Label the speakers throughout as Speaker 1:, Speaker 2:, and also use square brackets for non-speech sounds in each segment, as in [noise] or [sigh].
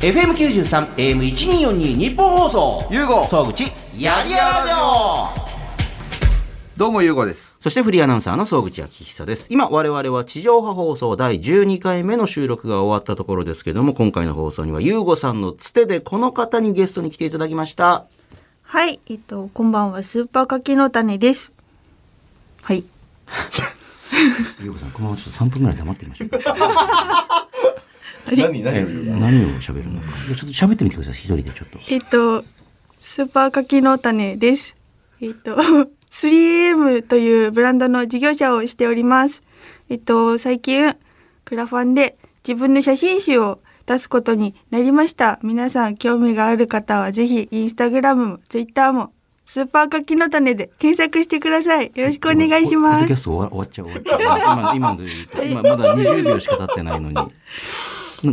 Speaker 1: FM93、AM1242 日本放送。
Speaker 2: ゆうご
Speaker 1: 総口、やりやらじょ
Speaker 2: どうもゆうごです。
Speaker 1: そしてフリーアナウンサーの総口昭久です。今、我々は地上波放送第12回目の収録が終わったところですけども、今回の放送には、ゆうごさんのつてでこの方にゲストに来ていただきました。
Speaker 3: はい、えっと、こんばんは、スーパー柿の種です。はい。
Speaker 1: ゆうごさん、このままちょっと3分ぐらい黙ってみましょうか。
Speaker 2: 何何を言う
Speaker 1: 何を喋るのか。いやちょっと喋ってみてください、一人でちょっと。
Speaker 3: えっと、スーパー柿の種です。えっと、3M というブランドの事業者をしております。えっと、最近、クラファンで自分の写真集を出すことになりました。皆さん、興味がある方は、ぜひ、インスタグラムも、ツイッターも、スーパー柿の種で検索してください。よろしくお願いし
Speaker 1: ポッ
Speaker 3: ま
Speaker 1: ドキャ
Speaker 3: す。
Speaker 1: スト終わ終わっちゃう終わっちゃう。今、今ので言うと、今まだ20秒しか経ってないのに。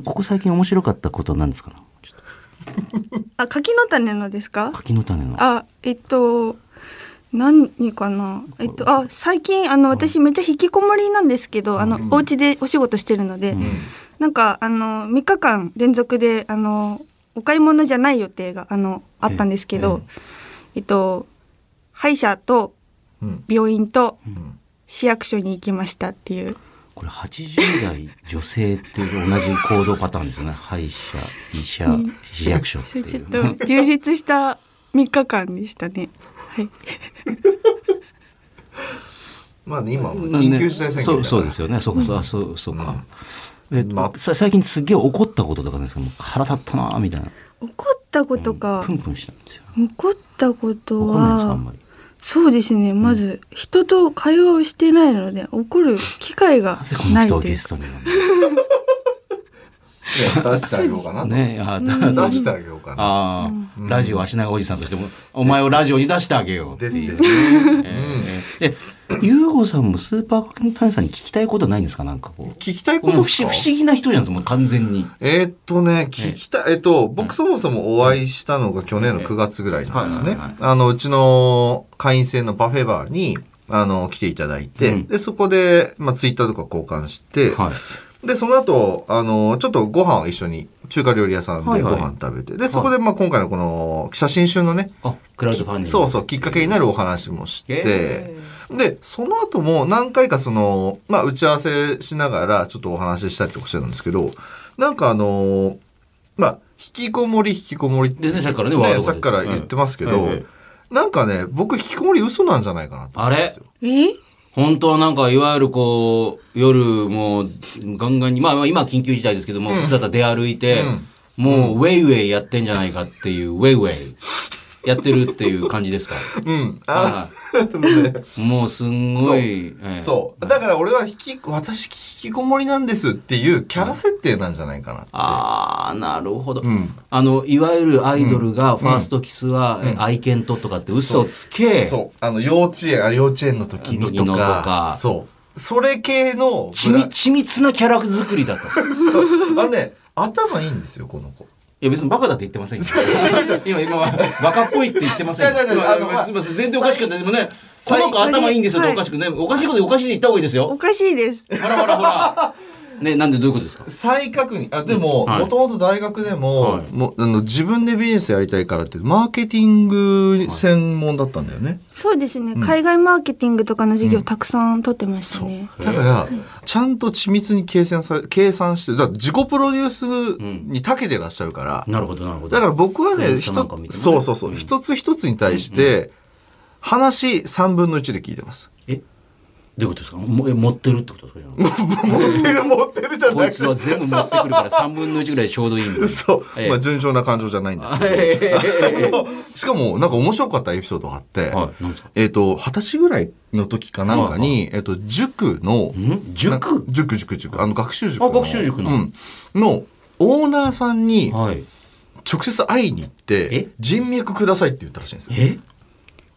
Speaker 1: ここ最近面白かったことは何ですかなちょっ
Speaker 3: あ、柿の種のですか
Speaker 1: と柿の種の。
Speaker 3: あえっと何かなえっとあ最近あの私めっちゃ引きこもりなんですけどあの、お家でお仕事してるので、なんかあの3日間連続であのお買い物じゃない予定があのあったんですけど、えっと歯医者と
Speaker 2: うん
Speaker 3: 病院と
Speaker 2: ん
Speaker 3: 市役所に行きましたっていう
Speaker 1: これ80代女性っていう同じ行動パターンですよね。歯医者、医者、市役所って
Speaker 3: それち
Speaker 1: い
Speaker 3: ょっ
Speaker 1: う。
Speaker 3: と充実した3日間でしたね。はい
Speaker 2: まあね、今、緊急事態宣言だ
Speaker 1: そ
Speaker 2: から
Speaker 1: うそうですよね。そうか、そうあそうそうか。えっと
Speaker 2: ま
Speaker 1: さ最近すっげえ怒ったこととかないですかもう腹立ったなーみたいな。
Speaker 3: 怒ったことか、
Speaker 1: プンプンしたんですよ。
Speaker 3: 怒ったこと
Speaker 1: 怒んないんですか、
Speaker 3: は
Speaker 1: あんまり。
Speaker 3: そうですね。まず、人と会話をしてないので、怒る機会
Speaker 1: [laughs]
Speaker 3: が
Speaker 1: なぜこの
Speaker 3: ない
Speaker 1: 人を
Speaker 3: で
Speaker 1: ゲス
Speaker 3: す。
Speaker 1: トに呼ん
Speaker 2: いや出してあげよう [laughs] かなと。
Speaker 1: だねあ
Speaker 2: 出
Speaker 1: ー
Speaker 2: してあげようかな。
Speaker 1: ああ、ラジオ足長おじさんとしても、お前をラジオに出してあげようって
Speaker 2: です
Speaker 1: い
Speaker 2: で
Speaker 1: う
Speaker 2: す。。ね
Speaker 1: えーえ、ゆうごさんもスーパーカキの谷さんに聞きたいことないんですかなんかこう。
Speaker 2: 聞きたいこ
Speaker 1: も
Speaker 2: と
Speaker 1: う
Speaker 2: で
Speaker 1: 不
Speaker 2: す
Speaker 1: 思
Speaker 2: か
Speaker 1: 不思議な人じゃないですか、もう完全に。
Speaker 2: えーっとね、聞きたい、えっと、僕そもそもお会いしたのが去年の9月ぐらいなんです
Speaker 1: ええ
Speaker 2: ね
Speaker 1: はいはい。
Speaker 2: あの、うちの会員制のバフェバーに、あの、来ていただいて、
Speaker 1: うん
Speaker 2: で、そこで、まあ、ツイッターとか交換して、
Speaker 1: はい。
Speaker 2: で、その後、あの、ちょっとご飯を一緒に、中華料理屋さん
Speaker 1: は
Speaker 2: で
Speaker 1: いは
Speaker 2: ご
Speaker 1: い
Speaker 2: 飯食べて、で、そこで、まあ、今回のこの、写真集のね、
Speaker 1: あ、クラウドファンディング。
Speaker 2: そうそう、きっかけになるお話もして、
Speaker 1: え
Speaker 2: で、その後も何回かその、まあ、打ち合わせしながらちょっとお話ししたりとかしてたんですけど、なんかあのーまあ、引きこもり引きこもりって
Speaker 1: でねさっきからねワードが出て
Speaker 2: さっきから言ってますけど、
Speaker 1: ええ
Speaker 2: なんかね、僕引きこもり嘘なんじゃないかなと思うんですよ。
Speaker 3: え
Speaker 1: 本当はなんか、いわゆるこう、夜もう、ガンガンに、まあまあ今は緊急事態ですけども、ふざた出歩いて、
Speaker 2: うん
Speaker 1: もう、ウェイウェイやってんじゃないかっていう、ウェイウェイ。やってるっていう感じですか。
Speaker 2: うん。 [laughs] あ
Speaker 1: はいもうすんごい。ええ
Speaker 2: そう。だから俺は引き、私引きこもりなんですっていうキャラ設定なんじゃないかなって。
Speaker 1: ああ、なるほど。
Speaker 2: うん
Speaker 1: あの、いわゆるアイドルが、ファーストキスは、え愛犬ととかって嘘つけ、
Speaker 2: そう。あの、幼稚園、あ幼稚園の時にと
Speaker 1: 時の
Speaker 2: か、
Speaker 1: とか
Speaker 2: そう。それ系の
Speaker 1: 緻
Speaker 2: [laughs] ブラ
Speaker 1: 密緻密なキャラ作りだと。 [laughs] い
Speaker 2: そうあのね、頭いいんですよ、この子。
Speaker 1: や別にバカだって言ってませんよ。 [laughs] 今、今は、バカっぽいって言ってま [laughs] せんよ。
Speaker 2: 違う違う違う
Speaker 1: 今
Speaker 2: あのまあ
Speaker 1: すいません、全然おかしくないですもんね。こ
Speaker 2: 最
Speaker 1: の子頭いいんですよ、
Speaker 3: はい
Speaker 1: おかしくね。おかしいことおかしいで言った方がいいです
Speaker 3: お
Speaker 1: よ。
Speaker 3: かしいです。
Speaker 1: ほらほらほら。 [laughs] ね、なんでどういうことですか
Speaker 2: 再確認。あ、でも、
Speaker 1: はい
Speaker 2: もともと大学でも、
Speaker 1: はい
Speaker 2: もうあの自分でビジネスやりたいからって、マーケティング専門だったんだよね。
Speaker 3: そうですね。海外マーケティングとかの授業たくさん取ってましたね。
Speaker 2: だから、ちゃんと緻密に計算され、計算して、だから自己プロデュースに長けてらっしゃるから、
Speaker 1: なるほど、なるほど。
Speaker 2: だから僕はね、
Speaker 1: うん
Speaker 2: 一
Speaker 1: なんか見て
Speaker 2: つ、
Speaker 1: ね
Speaker 2: そうそうそう、
Speaker 1: うん
Speaker 2: 一つ一つに対して、話3分の1で聞いて
Speaker 1: [laughs]
Speaker 2: ます。
Speaker 1: えどういうことですかもえ持ってるってことですかじゃあ
Speaker 2: 持ってる持ってるじゃ
Speaker 1: [laughs] こ
Speaker 2: ないく
Speaker 1: つは全部持ってくるから3分の1ぐらいちょうどいいんで [laughs]
Speaker 2: て。そう
Speaker 1: ええ。
Speaker 2: まあ、順調な感情じゃないんですけど。しかも、なんか面白かったエピソードがあって、
Speaker 1: はいなんですか
Speaker 2: えっ、と、二十歳ぐらいの時かなんかに、えっ、と、塾の、
Speaker 1: ん塾
Speaker 2: な塾、塾、塾、あの、学習塾の。
Speaker 1: あ学習塾の
Speaker 2: うん。の、オーナーさんに
Speaker 1: はい。
Speaker 2: 直接会いに行って、
Speaker 1: え
Speaker 2: 人脈くださいって言ったらしいんですよ。
Speaker 1: え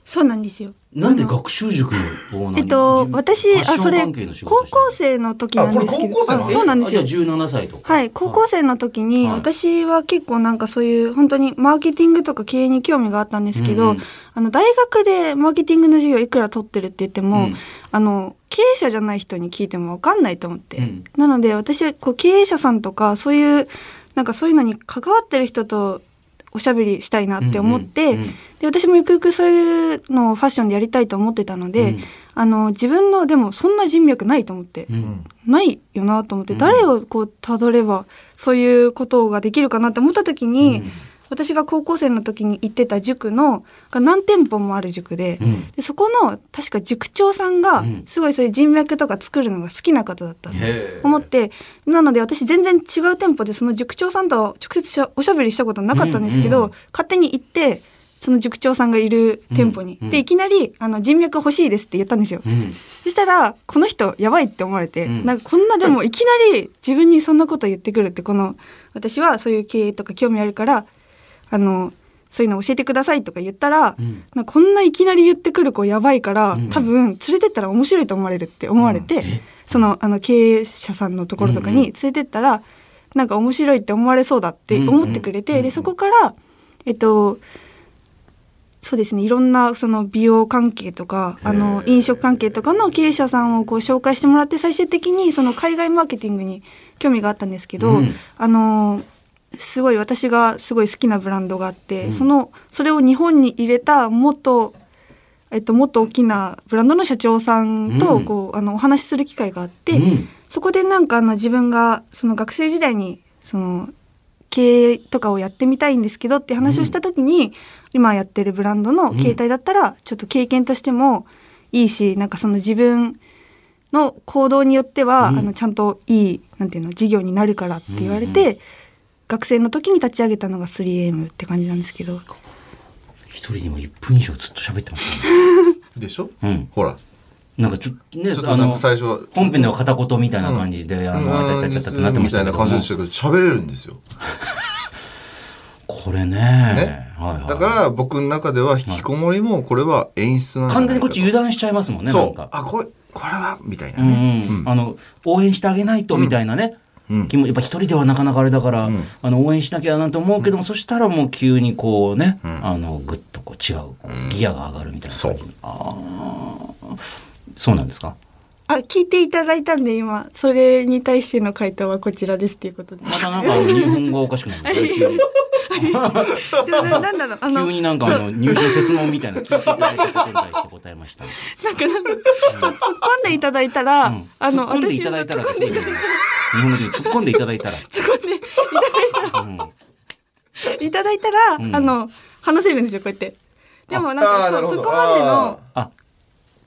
Speaker 3: そうなんですよ。
Speaker 1: なんで学習塾のオーナーに
Speaker 3: えっと、私、あ、それ、高校
Speaker 1: 生
Speaker 3: 生の時なんですけ
Speaker 2: あこれ高
Speaker 3: ど
Speaker 2: 校生な。ん
Speaker 3: あ
Speaker 2: です
Speaker 3: そうなんですよ。
Speaker 1: じゃあ17歳とか。
Speaker 3: はい、高校生の時に、
Speaker 1: はい
Speaker 3: 私は結構なんかそういう本当にマーケティングとか経営に興味があったんですけど、
Speaker 1: うんうん
Speaker 3: あの大学でマーケティングの授業いくら取ってるって言っても、
Speaker 1: うん
Speaker 3: あの経営者じゃない人に聞いても分かんないと思って、
Speaker 1: うん
Speaker 3: なので私はこう経営者さんとかそういうなんかそういうのに関わってる人とおしゃべりしたいなって思って、
Speaker 1: うんうんうん
Speaker 3: で私もゆくゆくそういうのをファッションでやりたいと思ってたので、
Speaker 1: うん
Speaker 3: あの自分のでもそんな人脈ないと思って、
Speaker 1: うん
Speaker 3: ないよなと思って、
Speaker 1: うん
Speaker 3: 誰をこうたどればそういうことができるかなって思った時に、
Speaker 1: うん
Speaker 3: 私が高校生の時に行ってた塾のが何店舗もある塾で,、
Speaker 1: うん
Speaker 3: でそこの確か塾長さん
Speaker 1: う
Speaker 3: が
Speaker 1: ん
Speaker 3: すごいそういう人脈とか作るのが好きな方だったんで
Speaker 1: へー
Speaker 3: 思ってなので私全然違う店舗でその塾長さんとは直接しゃおしゃべりしたことなかったんですけど、
Speaker 1: うんうん
Speaker 3: 勝手に行ってその塾長さんがいる店舗に、
Speaker 1: うんうん
Speaker 3: でいきなりあの「人脈欲しいです」って言ったんですよ。
Speaker 1: うん
Speaker 3: そしたらこの人やばいって思われて、
Speaker 1: うん
Speaker 3: なんかこんなでもいきなり自分にそんなこと言ってくるってこの私はそういう経営とか興味あるからあのそういうの教えてくださいとか言ったら、
Speaker 1: うん
Speaker 3: なんかこんないきなり言ってくる子やばいから、
Speaker 1: うん
Speaker 3: 多分連れてったら面白いと思われるって思われて、
Speaker 1: え
Speaker 3: そのあの経営者さんのところとか
Speaker 1: うんうん
Speaker 3: に連れてったら、なんか面白いって思われそうだって思ってくれて、
Speaker 1: うんうんうんうん
Speaker 3: でそこからえっとそうですねいろんなその美容関係とかあの
Speaker 1: へー
Speaker 3: 飲食関係とかの経営者さんをこう紹介してもらって最終的にその海外マーケティングに興味があったんですけど、
Speaker 1: うん
Speaker 3: あのすごい私がすごい好きなブランドがあって、
Speaker 1: うん
Speaker 3: そのそれを日本に入れた元えっと、もっと大きなブランドの社長さ
Speaker 1: う
Speaker 3: んと
Speaker 1: ん
Speaker 3: こう、あのお話しする機会があって、
Speaker 1: うん
Speaker 3: そこでなんかあの自分がその学生時代にその経営とかをやってみたいんですけどって話をした時に、今やってるブランドの携帯だったらちょっと経験としてもいいしなんかその自分の行動によっては、
Speaker 1: うん
Speaker 3: あのちゃんといいなんていうの事業になるからって言われて、
Speaker 1: うんう
Speaker 3: 学生の時に立ち上げたのが 3M って感じなんですけど
Speaker 1: 一人でも1分以上ずっと喋ってましたね
Speaker 2: でしょ
Speaker 1: うん
Speaker 2: ほら。
Speaker 1: なんかちょっとね
Speaker 2: ちょっ
Speaker 1: あ
Speaker 2: となん
Speaker 1: の
Speaker 2: か最初。
Speaker 1: 本編では片言みたいな感じで、あのあたたたたたなってま
Speaker 2: み
Speaker 1: した
Speaker 2: た
Speaker 1: けど
Speaker 2: いな
Speaker 1: も
Speaker 2: 感じでしたけど、喋れるんですよ。
Speaker 1: これね
Speaker 2: ね
Speaker 1: はいはい、
Speaker 2: だから僕の中では引きこもりもこれは演出なんじゃ
Speaker 1: 完
Speaker 2: な
Speaker 1: 全に
Speaker 2: い
Speaker 1: こっ
Speaker 2: かと
Speaker 1: ち油断しちゃいますもんねなん
Speaker 2: そう
Speaker 1: か
Speaker 2: あこれこれはみたいな
Speaker 1: うん
Speaker 2: ね、
Speaker 1: うん
Speaker 2: うん
Speaker 1: あの応援してあげないとみたいなね、
Speaker 2: うん
Speaker 1: 気もやっぱ一人ではなかなかあれだから、
Speaker 2: うん
Speaker 1: あの応援しなきゃなんて思うけども、そしたらもう急にこうね、
Speaker 2: ん
Speaker 1: あのぐっとこう違うこうギアが上がるみたいな感じ
Speaker 2: そう
Speaker 1: あーそうなんですか
Speaker 3: あ聞いていただいたんで今それに対しての回答はこちらですっていうことで
Speaker 1: またなんか日本語おかしく
Speaker 3: [laughs]
Speaker 1: なる急に
Speaker 3: でもななんだろうあの
Speaker 1: 急になんかあの入場説問みたいな聞いていただいたことに対して答えました、
Speaker 3: なんかなんだそう突っ込んでいただいたら、
Speaker 1: うん
Speaker 3: あ
Speaker 1: 突
Speaker 3: の
Speaker 1: っ込んで
Speaker 3: 私
Speaker 1: いただいたら
Speaker 3: 突っ込んでいただい
Speaker 1: 日本語で突っ込んでいただいたら、
Speaker 3: [laughs]
Speaker 1: うん
Speaker 3: いただいたら、
Speaker 1: うん
Speaker 3: あの話せるんですよこうやって。でもなん
Speaker 2: あー
Speaker 3: か
Speaker 2: な
Speaker 3: そ
Speaker 2: る
Speaker 3: う
Speaker 2: ほ
Speaker 3: そ
Speaker 2: ど
Speaker 3: こまでの
Speaker 1: あ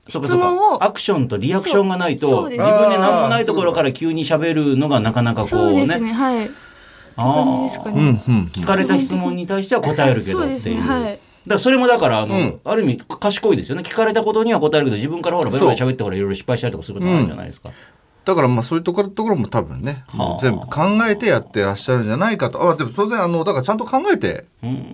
Speaker 1: そうか
Speaker 3: 質問
Speaker 1: そう
Speaker 3: を
Speaker 1: かアクションとリアクションがないと
Speaker 3: そうそう
Speaker 1: 自分で
Speaker 3: で
Speaker 1: す何もないところから急に喋るのがなかなかこ
Speaker 3: そう
Speaker 1: うね
Speaker 3: ですねはい
Speaker 1: あ
Speaker 3: 感じ
Speaker 1: ー
Speaker 3: ですか
Speaker 2: うん
Speaker 3: ね。
Speaker 2: うん
Speaker 1: 聞かれた質問に対しては答えるけど
Speaker 3: そ
Speaker 1: っ
Speaker 3: う
Speaker 1: てい
Speaker 3: で
Speaker 1: う
Speaker 3: すねは
Speaker 1: だか
Speaker 3: い。
Speaker 1: らそれもだからあの、
Speaker 2: うん
Speaker 1: ある意味賢いですよね聞かれたことには答えるけど自分からほらべ
Speaker 2: そう
Speaker 1: べ喋ってほらいろいろ失敗したりとかすることもあるじゃないですか、
Speaker 2: だからまあそういうところところも多分ね、
Speaker 1: はあ
Speaker 2: 全部考えてやってらっしゃるんじゃないかとあでも当然あのだからちゃんと考えて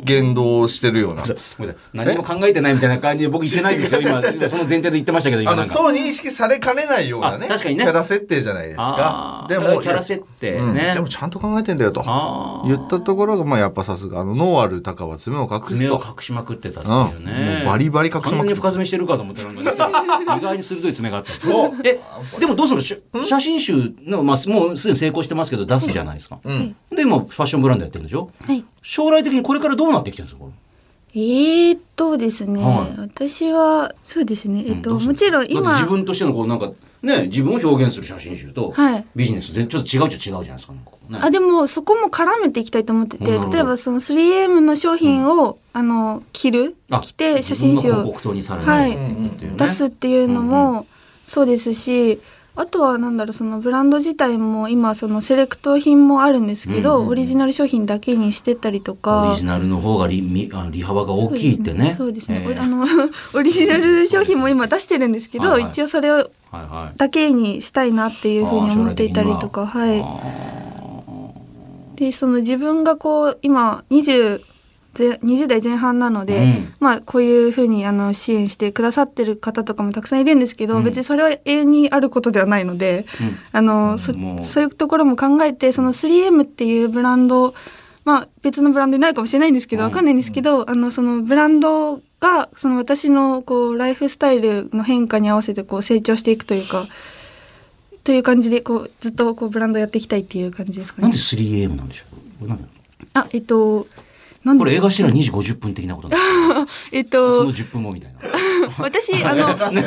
Speaker 2: 言動してるような、
Speaker 1: ごめんなさい何も考えてないみたいな感じで僕言ってない
Speaker 2: [laughs]
Speaker 1: ですよ今その前提で言ってましたけど
Speaker 2: あ
Speaker 1: 今
Speaker 2: の
Speaker 1: なんか
Speaker 2: そう認識されかねないようなね
Speaker 1: あ確かにね
Speaker 2: キャラ設定じゃないです
Speaker 1: あー
Speaker 2: かで
Speaker 1: だから
Speaker 2: も
Speaker 1: キャラ設定
Speaker 2: うん
Speaker 1: ね
Speaker 2: でもちゃんと考えてんだよと
Speaker 1: あー
Speaker 2: 言ったところがまあやっぱさすがあのノーアル高は爪を隠す
Speaker 1: 爪を
Speaker 2: と
Speaker 1: 隠しまくってたって
Speaker 2: うんも
Speaker 1: いうね、
Speaker 2: うバリバリ隠し
Speaker 1: 完全
Speaker 2: まく
Speaker 1: に
Speaker 2: っ
Speaker 1: 深爪してるかと思ってなんか意外に鋭い爪があったんですよえでもどうするし写真集の、まあ、もうすでに成功してますけど出すじゃないですか、
Speaker 2: うん
Speaker 1: で今ファッションブランドやってるんでしょ
Speaker 3: はい。
Speaker 1: 将来的にこれからどうなってきてるんですかこ
Speaker 3: えーっとですね、
Speaker 1: はい
Speaker 3: 私はそうですね
Speaker 1: れ
Speaker 3: えっと、
Speaker 1: うどうする
Speaker 3: もち
Speaker 1: だ
Speaker 3: ろん
Speaker 1: って
Speaker 3: 今
Speaker 1: 自分としてのこうなんかね自分を表現する写真集と、
Speaker 3: はい
Speaker 1: ビジネス全ちょっと違うっちゃ違うじゃないですかなんかこうね
Speaker 3: あでもそこも絡めていきたいと思って
Speaker 1: なるほ
Speaker 3: て
Speaker 1: ど
Speaker 3: 例えばその 3M の商品を、あの着る
Speaker 1: あ
Speaker 3: 着て写真
Speaker 1: 自
Speaker 3: 集
Speaker 1: 分が
Speaker 3: を
Speaker 1: 広告塔にされ
Speaker 3: は
Speaker 1: ないいっていうね
Speaker 3: 出すっていうの
Speaker 1: うん
Speaker 3: もそうですし、あとはなんだろうそのブランド自体も今そのセレクト品もあるんですけど、
Speaker 1: うんうんうん
Speaker 3: オリジナル商品だけにしてたりと
Speaker 1: オ
Speaker 3: か
Speaker 1: リジ。ナルの方がリみあ利幅が大きいってね
Speaker 3: そうですね。そう
Speaker 1: え
Speaker 3: ですね
Speaker 1: ー
Speaker 3: あの [laughs] オリジナル商品も今出してるんですけど、
Speaker 1: はいはい
Speaker 3: 一応それを
Speaker 1: はいはい
Speaker 3: だけにしたいなっていうふうに思っていたりとか、
Speaker 1: あー将
Speaker 3: は
Speaker 1: 来的
Speaker 3: い
Speaker 1: に。
Speaker 3: でその自分がこう今20ぜ20代前半なので、
Speaker 1: うん
Speaker 3: まあ、こういうふうにあの支援してくださってる方とかもたくさんいるんですけど、
Speaker 1: うん
Speaker 3: 別にそれは永遠にあることではないので、
Speaker 1: うん
Speaker 3: あのそ
Speaker 1: もう
Speaker 3: そういうところも考えてその 3M っていうブランド、まあ、別のブランドになるかもしれないんですけど
Speaker 1: うん
Speaker 3: わかんないんですけど、あのそのブランドがその私のこうライフスタイルの変化に合わせてこう成長していくというか。という感じでこうずっとこうブランドやっていきたいっていう感じですか
Speaker 1: なん
Speaker 3: ね
Speaker 1: で。3AM なんでしょうこれ何なの
Speaker 3: あ、えっと、なん
Speaker 1: こ
Speaker 3: だろ
Speaker 1: れ
Speaker 3: う
Speaker 1: 映画してら2時50分的なことなんですか
Speaker 3: えっ
Speaker 1: そ
Speaker 3: [laughs] と
Speaker 1: の、10分後みたいな。
Speaker 3: 私、あの、
Speaker 1: ねえね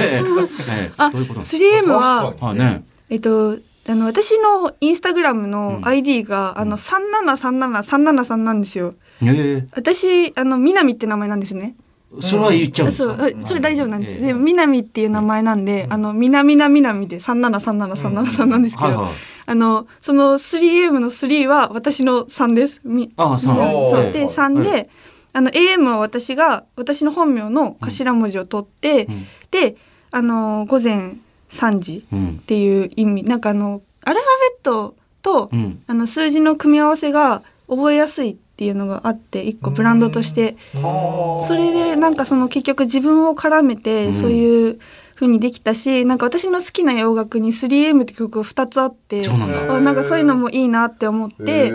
Speaker 1: え
Speaker 3: あ
Speaker 1: どういうことなんです
Speaker 3: 3M
Speaker 2: 確
Speaker 3: は
Speaker 2: か、に
Speaker 1: かあね
Speaker 3: えっと、あの私のインスタグラム
Speaker 1: う
Speaker 3: の
Speaker 1: ん
Speaker 3: ID が、あの3737373なんですよ。
Speaker 1: ええ
Speaker 3: 私あの南って名前なんですね。
Speaker 1: えそれは言っちゃうんです
Speaker 3: そう
Speaker 1: か
Speaker 2: ん
Speaker 3: あそれ大丈夫なんですよ。
Speaker 1: ええ
Speaker 3: で南っていう名前なんで、あの南南南で3737373なんですけど、
Speaker 1: はいはい。
Speaker 3: あのその 3AM の3は私の3です。み
Speaker 1: ああ、そう
Speaker 2: あー
Speaker 3: そう
Speaker 2: は
Speaker 3: で
Speaker 2: い
Speaker 3: 3で、
Speaker 1: は
Speaker 3: あの AM は私が私の本名の頭文字を取って、
Speaker 1: うん
Speaker 3: であの午前3時
Speaker 1: うん
Speaker 3: っ。ていう意味なんかあのアルファベットと、
Speaker 1: うん。
Speaker 3: あの数字の組み合わせが覚えやすいっていうのがあって一個ブランドとしてそれでなんかその結局自分を絡め
Speaker 1: うん
Speaker 3: てそういう風にできたし、なんか私の好きな洋楽に 3M って曲が2つあって
Speaker 1: そうなんだ。
Speaker 3: あなんかそういうのもいいなって思って
Speaker 2: で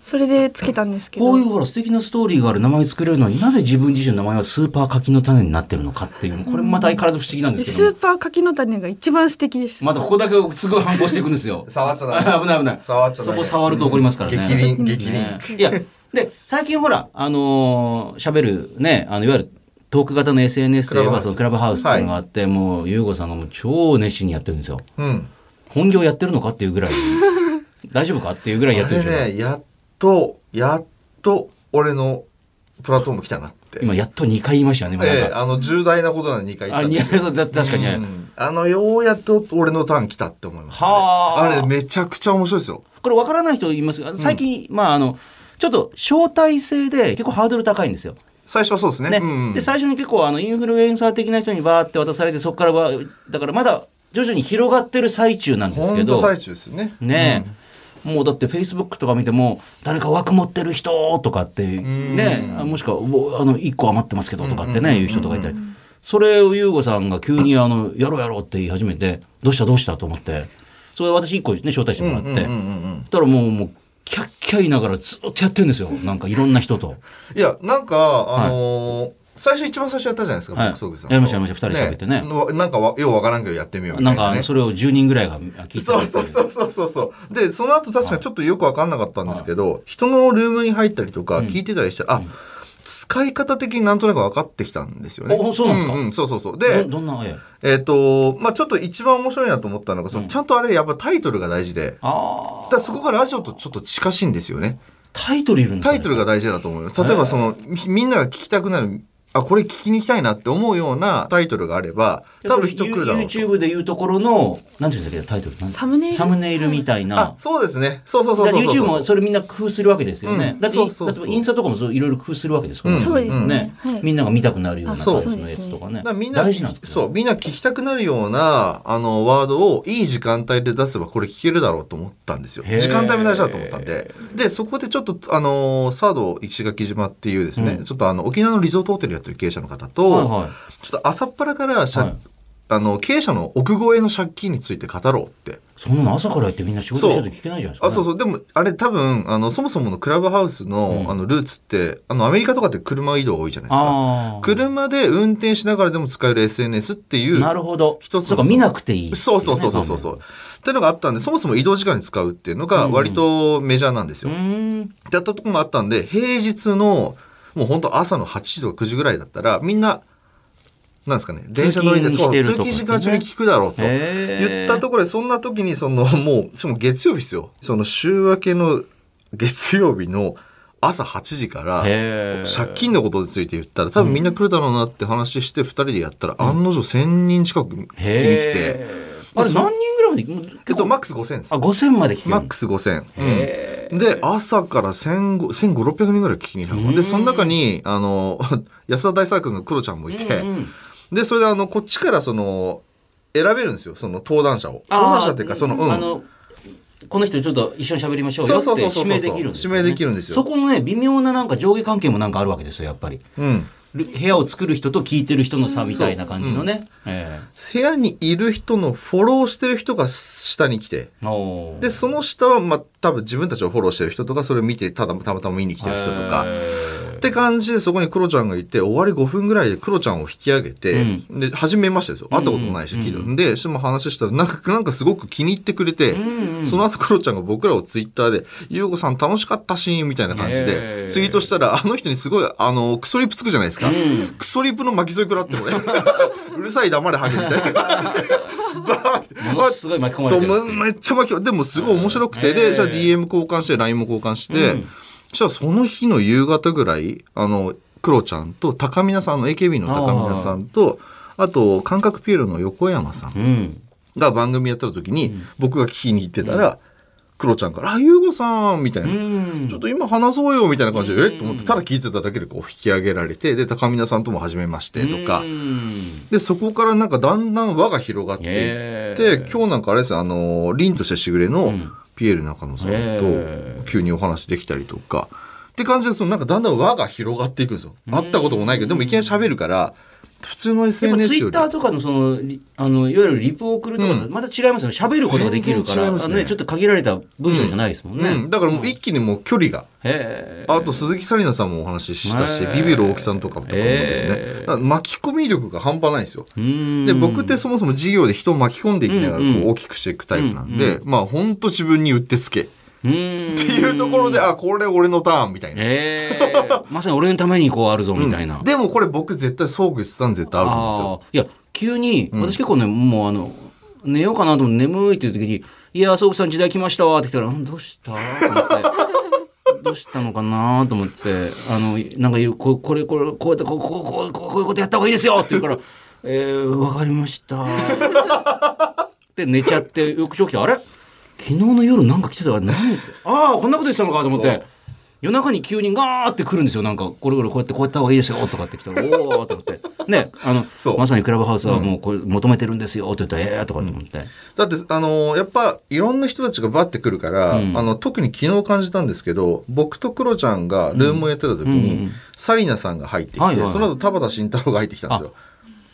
Speaker 3: それでつけたんですけど
Speaker 1: こういうほら素敵なストーリーがある名前作れるのになぜ自分自身の名前はスーパー柿の種になってるのかっていうこれもまた相変わらず不思議なんですけ
Speaker 3: ス
Speaker 1: ど
Speaker 3: ー
Speaker 1: も
Speaker 3: パー柿の種が一番素敵です。
Speaker 1: またここだけすごい反抗していくんですよ
Speaker 2: 触っちゃダ
Speaker 1: [laughs] 危
Speaker 2: メ
Speaker 1: ない危ない
Speaker 2: 触っちゃダ
Speaker 1: そ
Speaker 2: メ
Speaker 1: こ触ると怒りますからね
Speaker 2: 激鱗激
Speaker 1: ね
Speaker 2: 鱗
Speaker 1: いやで最近ほらあのー喋るねあのいわゆるトーク型の SNS といえばそのク
Speaker 2: ク
Speaker 1: ラ
Speaker 2: ラ
Speaker 1: ブ
Speaker 2: ブ
Speaker 1: ハ
Speaker 2: ハ
Speaker 1: ウ
Speaker 2: ウ
Speaker 1: ス
Speaker 2: ス
Speaker 1: っていうのがあって、もう優吾さんがもう超熱心にやってるんですよ
Speaker 2: うん
Speaker 1: 本業やってるのかっていうぐらい [laughs] 大丈夫かっていうぐらいやってる
Speaker 2: あ
Speaker 1: でしょ、
Speaker 2: れねやっとやっと俺のプラットフォーム来たなって
Speaker 1: 今やっと2回言いましたよねもうなん
Speaker 2: ええ
Speaker 1: か
Speaker 2: あの重大なことなのに2回言
Speaker 1: あ
Speaker 2: ったん
Speaker 1: 似
Speaker 2: で
Speaker 1: 合い
Speaker 2: すよ
Speaker 1: そうだ確かに、 [laughs] ね
Speaker 2: うんあのようやっと俺のターン来たって思いましたね、
Speaker 1: はあ
Speaker 2: あれめちゃくちゃ面白いですよ
Speaker 1: これ分からない人いますが最近、まああのちょっと招待制で結構ハードル高いんですよ。
Speaker 2: 最初はそうですね
Speaker 1: ね
Speaker 2: うん
Speaker 1: で最初に結構あのインフルエンサー的な人にバーって渡されてそこからはだからまだ徐々に広がってる最中なんです
Speaker 2: ほ
Speaker 1: け
Speaker 2: んと
Speaker 1: ど
Speaker 2: 最中ですよね
Speaker 1: ねえ、もうだってフェイスブックとか見ても誰か枠持ってる人とかって
Speaker 2: ん
Speaker 1: ねえあもしくはおあの1個余ってますけどとかって
Speaker 2: うんうんう
Speaker 1: ね
Speaker 2: んうん
Speaker 1: いう人とかいたりそれを優吾さんが急にあのやろうやろうって言い始めてどうしたどうしたと思ってそれで私1個ね招待して
Speaker 2: うん
Speaker 1: も
Speaker 2: う
Speaker 1: らっ
Speaker 2: ん
Speaker 1: て。
Speaker 2: うんうんうん
Speaker 1: ったらもう、もう、キャッキャ言いながらずっとやってるんですよ。なんかいろんな人と。
Speaker 2: いやなんかあのー最初一番最初やったじゃないですか、
Speaker 1: はい
Speaker 2: ボックスオフィスさんと
Speaker 1: やりましたやりました二人で喋ってね
Speaker 2: のなんかわようわからんけ [laughs] どやってみようみ
Speaker 1: なん
Speaker 2: たいな、ね、
Speaker 1: かあの、それを10人ぐらいが聞いて
Speaker 2: そうそうそうそうそうそう。で、その後確かにちょっとよくわかんなかったんですけど、人のルームに入ったりとか聞いてたりして、あ、使い方的になんとなく分かってきたんですよね。
Speaker 1: おそうなんですか
Speaker 2: うん、そうそうそう。
Speaker 1: ど
Speaker 2: で、
Speaker 1: どんな絵
Speaker 2: えっ、と、まあちょっと一番面白いなと思ったのが、そのちゃんとあれやっぱタイトルが大事で、
Speaker 1: あ
Speaker 2: だ
Speaker 1: あ。
Speaker 2: からそこがラジオとちょっと近しいんですよね。
Speaker 1: タイトルいるんですか
Speaker 2: タイトルが大事だと思います。例えばその、みみんなが聞きたくなる、あ、これ聞きに行きたいなって思うようなタイトルがあれば、多分人来るだろうと。
Speaker 1: YouTube で言うところの、なんていうんですかタイトルなん
Speaker 3: サムネイル
Speaker 1: サムネイルみたい
Speaker 2: あ
Speaker 1: な、。
Speaker 2: そうですね。そうそうそう
Speaker 1: だか
Speaker 2: そ
Speaker 1: ら
Speaker 2: うそう
Speaker 1: YouTube もそれみんな工夫するわけですよね
Speaker 2: う。ん
Speaker 1: だって、
Speaker 2: そうそう
Speaker 1: だ
Speaker 2: そう
Speaker 1: ってインスタとかもそういろいろ工夫するわけですからね。
Speaker 3: そうですねはい
Speaker 1: みんなが見たくなるような
Speaker 2: そう
Speaker 1: 感じのやつとかね
Speaker 2: だから。みんな
Speaker 1: 大事なんですけど
Speaker 2: そうみんな聞きたくなるようなあのワードをいい時間帯で出せばこれ聞けるだろうと思ったんですよ
Speaker 1: へー
Speaker 2: 時間帯も大事だと思ったんででそこでちょっとあのサード石垣島っていうですね、
Speaker 1: うん
Speaker 2: ちょっとあの沖縄のリゾートホテルやってる経営者の方と、
Speaker 1: はいはい。
Speaker 2: ちょっと朝っぱらから借、
Speaker 1: はい
Speaker 2: あの経営者の奥越えの借金について語ろうって
Speaker 1: そんなの朝からやってみんな仕事してると聞けないじゃないですかね。
Speaker 2: あそうそうでもあれ多分あのそもそものクラブハウスの,、
Speaker 1: うん
Speaker 2: あのルーツってあのアメリカとかって車移動多いじゃないですか。
Speaker 1: あー
Speaker 2: 車で運転しながらでも使える SNS っていう
Speaker 1: なるほど。
Speaker 2: 一つ
Speaker 1: そうか、見なくていい。
Speaker 2: そうそうそうそうそうそう。っていうのがあったんで、そもそも移動時間に使うっていうのが割とメジャーなんです
Speaker 1: うー
Speaker 2: よ。だ
Speaker 1: ん。
Speaker 2: ってやったとこもあったんで、平日のもう本当朝の8時とか9時ぐらいだったら、みんな、なんですかね、電車乗りで、
Speaker 1: 通勤
Speaker 2: そ
Speaker 1: し
Speaker 2: う、
Speaker 1: てる
Speaker 2: 通
Speaker 1: とか
Speaker 2: 勤時間中に聞くだろうと。
Speaker 1: へー
Speaker 2: 言ったところで、そんな時に、その、 [laughs] もう、しかも月曜日ですよ。その週明けの月曜日の朝8時から、
Speaker 1: へー
Speaker 2: 借金のことについて言ったら多分みんな来るだろうなって話して2人でやったら、案の定1,000人近く聞きに来て
Speaker 1: へ、ーあれ何人ぐらいまでもう
Speaker 2: え
Speaker 1: 結
Speaker 2: っと、
Speaker 1: 構
Speaker 2: マックス5000です
Speaker 1: あ、。5000まで聞ける。
Speaker 2: マックス5000。うん
Speaker 1: へ
Speaker 2: で、朝から1500、600人ぐらい聞きに行ったのかなで、その中に、あの、 [laughs] 安田大サークルのクロちゃんもい
Speaker 1: ー
Speaker 2: て、
Speaker 1: うんうん
Speaker 2: で、それで、あの、こっちから、その、選べるんですよ、その登壇者を。
Speaker 1: あー
Speaker 2: 登壇者っていうか、その、うん。
Speaker 1: あの、この人ちょっと一緒に喋りましょうよって
Speaker 2: そうそうそうそう
Speaker 1: 指名できるんですよね
Speaker 2: 指名できるんですよ
Speaker 1: そこのね、微妙ななんか上下関係もなんかあるわけですよ、やっぱり。
Speaker 2: うん。
Speaker 1: る部屋を作る人と聞いてる人の差みたいな感じのね。え
Speaker 2: 部屋にいる人のフォローしてる人が下に来て、
Speaker 1: えおー
Speaker 2: で、その下は、まあ、多分自分たちをフォローしてる人とか、それを見て、ただ、たまたま見に来てる人とか、
Speaker 1: へー
Speaker 2: って感じでそこにクロちゃんがいて終わり5分ぐらいでクロちゃんを引き上げて、
Speaker 1: うん
Speaker 2: で初めましてですよ会ったこともないし
Speaker 1: うんうん
Speaker 2: 聞いた、でしても話したらなんかなんかすごく気に入ってくれて、
Speaker 1: うんうん
Speaker 2: その後クロちゃんが僕らをツイッターで「ゆうごさん楽しかったし」みたいな感じ
Speaker 1: えー
Speaker 2: でツイートしたらあの人にすごいあのクソリップつくじゃないですか、
Speaker 1: ん
Speaker 2: クソリップの巻き添え食らって俺 [laughs] うるさい黙れハゲみたいな感じでバーって
Speaker 1: ものすごい巻き込まれてるんですけ
Speaker 2: そう
Speaker 1: ど
Speaker 2: めめっちゃ巻き込まれでもすごい面白くて、
Speaker 1: うんええ
Speaker 2: でじゃあ DM 交換して LINE も交換して、
Speaker 1: うん
Speaker 2: そしたらその日の夕方ぐらいあのクロちゃんと高見菜さんあの AKB の高見菜さんとあと感覚ピエロの横山さん
Speaker 1: うん。
Speaker 2: が番組やってた時に、僕が聞きに行ってたら、クロちゃんから「あゆうごさん」みたいな。
Speaker 1: うん
Speaker 2: ちょっと今話そうよみたいな感じで、
Speaker 1: うん
Speaker 2: えっと思って、ただ聞いてただけでこう引き上げられて、で、高見菜さんとも初めましてとか
Speaker 1: う、ん
Speaker 2: で、そこからなんかだんだん輪が広がっていって、
Speaker 1: へえ
Speaker 2: 今日なんかあれですよあの、凛としてしぐれの
Speaker 1: ん
Speaker 2: ピエール中野さん
Speaker 1: へえ
Speaker 2: と急にお話できたりとか、って感じで、そのなんかだんだん輪が広がっていくんですよ。会ったこともないけど、でもいきなり喋るから、普通の
Speaker 1: やっぱツ
Speaker 2: SNS
Speaker 1: イ
Speaker 2: よ
Speaker 1: ッ
Speaker 2: り
Speaker 1: タ。ーとかのそのリあのいわゆるリプを送るとかと
Speaker 2: うん
Speaker 1: また違いますよね喋ることができるから、
Speaker 2: 全然違いま
Speaker 1: あ
Speaker 2: す
Speaker 1: の
Speaker 2: ね
Speaker 1: ね、ちょっと限られた文章じゃないですもんね。
Speaker 2: うん、だからもう一気にもう距離が。
Speaker 1: へえ
Speaker 2: あと鈴木紗理奈さんもお話ししたし、
Speaker 1: へえ
Speaker 2: ビビる大木さんとかもとかもですね、
Speaker 1: へえ
Speaker 2: だから巻き込み力が半端ないんですよ。
Speaker 1: うん
Speaker 2: で僕ってそもそも事業で人を巻き込んでいきながら
Speaker 1: うんう
Speaker 2: こ
Speaker 1: ん
Speaker 2: う大きくしていくタイプなんで、まあ本当自分にうってつけっ
Speaker 1: うん
Speaker 2: ていうところで、あこれ俺のターンみたいな、
Speaker 1: ええ
Speaker 2: [laughs]
Speaker 1: まさに俺のためにこうあるぞみたいな。
Speaker 2: でもこれ僕絶対総口さん絶対合うと思うんですよ
Speaker 1: ああいや急に私結構ね、もうあの寝ようかなと思って眠いっていう時に「いや総口さん時代来ましたわ」って来たらん「どうした?」と思って。 [laughs] どうしたのかなと思って、あの、なんか言う、ここれ、これ、こうやって、こう、こう、こう、こうこういうことやった方がいいですよって言うから、 [laughs] えー、わかりま
Speaker 2: [laughs]
Speaker 1: した。で、寝ちゃって、翌朝起きて、あれ昨日の夜なんか来てたから、何ああ、こんなこと言ってたのかと思っ
Speaker 2: そ
Speaker 1: て
Speaker 2: う、
Speaker 1: 夜中に急にガーって来るんですよ。なんか、これこれこうやってこうやった方がいいですよ、とかって来たら、おおと思
Speaker 2: [laughs]
Speaker 1: って。ね、あの、
Speaker 2: そう
Speaker 1: まさにクラブハウスはもうこれ求めてるんですよ、って言ったら、ええー、とかって思って。
Speaker 2: だってあのやっぱいろんな人たちがバッてくるから、
Speaker 1: うん
Speaker 2: あの特に昨日感じたんですけど僕とクロちゃんがルームをやってた時に、
Speaker 1: うんうん
Speaker 2: 紗理奈さんが入ってきて、
Speaker 1: はいはい
Speaker 2: その後田畑慎太郎が入ってきたんですよ